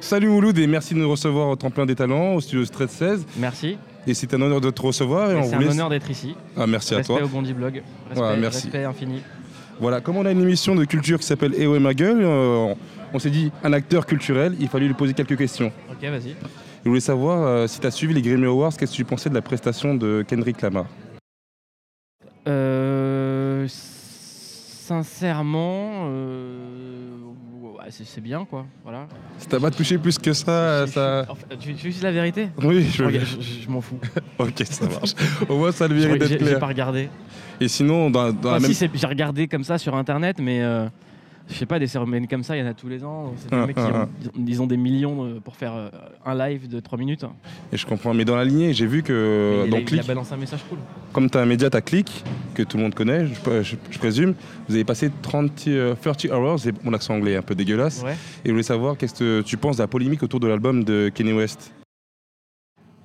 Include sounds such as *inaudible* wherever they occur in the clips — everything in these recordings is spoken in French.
Salut Mouloud et merci de nous recevoir au Tremplin des Talents, au studio Stretch 16. Merci. Et c'est un honneur de te recevoir. Et Et on C'est un voulait- honneur d'être ici. Ah, merci à respect toi. au Bondi Blog. Respect, Ouais, merci. respect infini. Voilà, comme on a une émission de culture qui s'appelle Eh ouais ma gueule, euh, on s'est dit un acteur culturel, il fallait lui poser quelques questions. Ok, vas-y. Je voulais savoir euh, si tu as suivi les Grammy Awards, qu'est-ce que tu pensais de la prestation de Kendrick Lamar Euh, sincèrement, euh, ouais, c'est c'est bien quoi. Voilà. Si t'as pas touché plus que ça, Je- je- ça. en fait, tu, tu veux juste la vérité Oui, je Regarde, Je, je- je m'en fous. Ok, ça marche. Au moins, ça a le J'ai mérite d'être j'ai- j'ai clair. pas regardé. Et sinon, dans, dans la Enfin, même. si, c'est- j'ai regardé comme ça sur internet, mais euh, je sais pas, des cérémonies comme ça, il y en a tous les ans. donc C'est des Ah, mecs qui ah, ont, ils ont- ils ont des millions euh, pour faire euh, un live de 3 minutes. Et je comprends, mais dans la lignée, j'ai vu que. il, Euh, dans a, il a Click, balancé un message cool. comme t'as un média, t'as Click, que tout le monde connaît, je, je- je présume. Vous avez passé 30, euh, 30 hours, c'est mon accent anglais est un peu dégueulasse. Ouais. Et je voulais savoir qu'est-ce que tu penses de la polémique autour de l'album de Kanye West.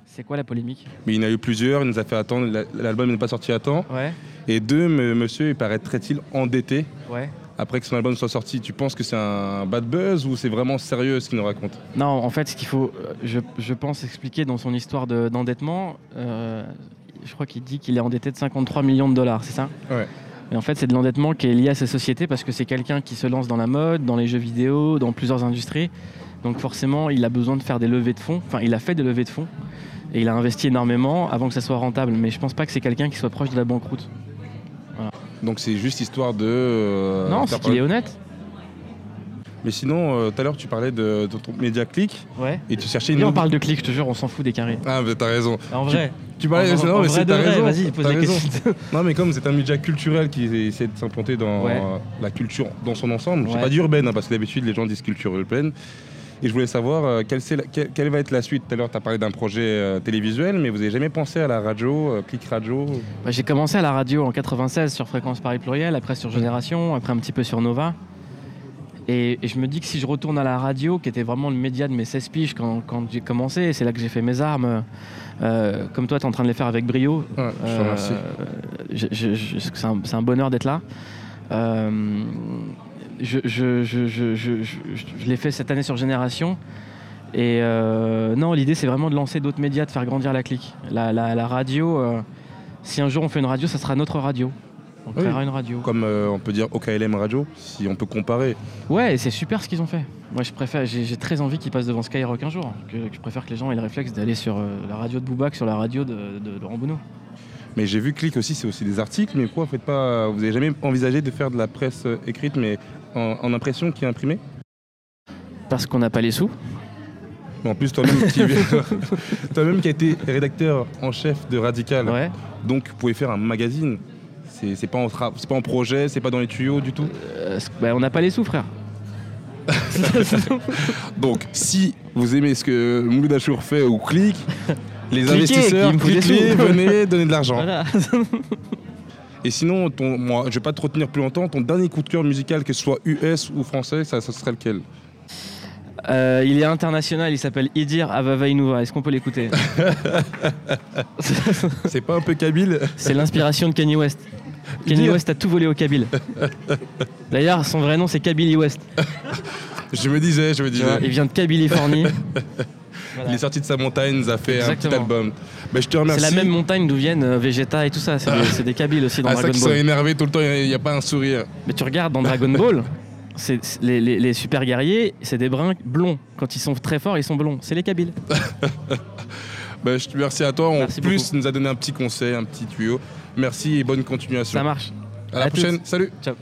C'est quoi la polémique Mais il y en a eu plusieurs, il nous a fait attendre, la- l'album n'est pas sorti à temps. Ouais, Et deux, me- monsieur, il paraîtrait-il endetté ouais. après que son album soit sorti Tu penses que c'est un bad buzz ou c'est vraiment sérieux ce qu'il nous raconte Non, en fait, ce qu'il faut, euh, je, je pense, expliquer dans son histoire de- d'endettement, euh, je crois qu'il dit qu'il est endetté de 53 millions de dollars, c'est ça Ouais. Mais en fait, c'est de l'endettement qui est lié à sa société parce que c'est quelqu'un qui se lance dans la mode, dans les jeux vidéo, dans plusieurs industries. Donc forcément, il a besoin de faire des levées de fonds. Enfin, il a fait des levées de fonds et il a investi énormément avant que ça soit rentable. Mais je pense pas que c'est quelqu'un qui soit proche de la banqueroute. Donc c'est juste histoire de. euh, faire non, c'est qu'il est parler- honnête. Mais sinon, euh, tout à l'heure, tu parlais de, de ton média Click Ouais. et tu cherchais une. Et on nouvelle- parle de clics, je te jure, on s'en fout des carrés. Ah, mais t'as raison. En Tu- vrai, Tu en, parlais en- non, en mais vrai c'est- de t'as vrai, raison. vas-y, pose t'as la raison. question. Non, mais comme c'est un média culturel qui essaie de s'implanter dans Ouais. euh, la culture dans son ensemble, je Ouais. pas dit urbaine, hein, parce que d'habitude les gens disent culture urbaine. Et je voulais savoir euh, quelle, c'est la- quelle- quelle va être la suite. Tout à l'heure, tu as parlé d'un projet euh, télévisuel, mais vous n'avez jamais pensé à la radio, euh, clic radio Bah, J'ai commencé à la radio en 96 sur Fréquence Paris Pluriel, après sur Génération, après un petit peu sur Nova. Et, et je me dis que si je retourne à la radio, qui était vraiment le média de mes 16 piges quand, quand j'ai commencé, c'est là que j'ai fait mes armes, euh, comme toi, tu es en train de les faire avec brio. Ouais, Je te Euh, remercie. je- je- je- c'est un, c'est un bonheur d'être là. Euh, je je- je- je- je- je- je l'ai fait cette année sur Génération. Et euh, non, l'idée c'est vraiment de lancer d'autres médias, de faire grandir la clique. La, la- la radio, euh, si un jour on fait une radio, ça sera notre radio. On Oui. créera une radio. Comme euh, on peut dire OKLM radio, si on peut comparer. Ouais, et c'est super ce qu'ils ont fait. Moi, je préfère, j'ai j'ai très envie qu'ils passent devant Skyrock un jour. Que, que je préfère que les gens aient le réflexe d'aller sur euh, la radio de Boubac, sur la radio de, de Laurent Bounot. Mais j'ai vu clic aussi, c'est aussi des articles, mais pourquoi faites pas, vous n'avez jamais envisagé de faire de la presse euh, écrite, mais en, en impression qui est imprimée Parce qu'on n'a pas les sous. Mais En plus, toi-même *laughs* qui, *laughs* toi qui a été rédacteur en chef de Radical, Ouais. donc vous pouvez faire un magazine. C'est c'est pas, en tra- c'est pas en projet, c'est pas dans les tuyaux du tout. Euh, c- bah, on n'a pas les *laughs* sous, frère. Donc, si vous aimez ce que Mouloud Achour fait ou *laughs* clique, les Cliquez, investisseurs, qu'il me faut des cliquez, sous. venez donner de l'argent. Voilà. Et sinon, ton, moi, je vais pas te retenir plus longtemps, ton dernier coup de cœur musical, que ce soit US ou français, ça, ça serait lequel Euh, il est international, il s'appelle Idir Avava Inouva. Est-ce qu'on peut l'écouter C'est pas un peu Kabyle *laughs* C'est l'inspiration de Kanye West. Kanye Idir. West a tout volé au Kabyle. D'ailleurs, son vrai nom c'est Kabylie West. Je me disais, je me Tu disais. vois, il vient de *laughs* Kabylie-Fornie. Voilà. Il est sorti de sa montagne, il nous a fait un petit Exactement. album. Bah, je te C'est remercie. la même montagne d'où viennent euh, Vegeta et tout ça. C'est des, c'est des Kabyles aussi dans Ah, ça Dragon qui sont Ball. énervés tout le temps, il n'y a pas un sourire. Mais tu regardes dans Dragon Ball, c'est- c'est- les, les- les super guerriers, c'est des brins blonds. Quand ils sont très forts, ils sont blonds. C'est les Kabyles. Bah, je te remercie à toi. En Merci plus, beaucoup. il nous a donné un petit conseil, un petit tuyau. Merci et bonne continuation. Ça marche. À la À toutes. prochaine. Salut. Ciao.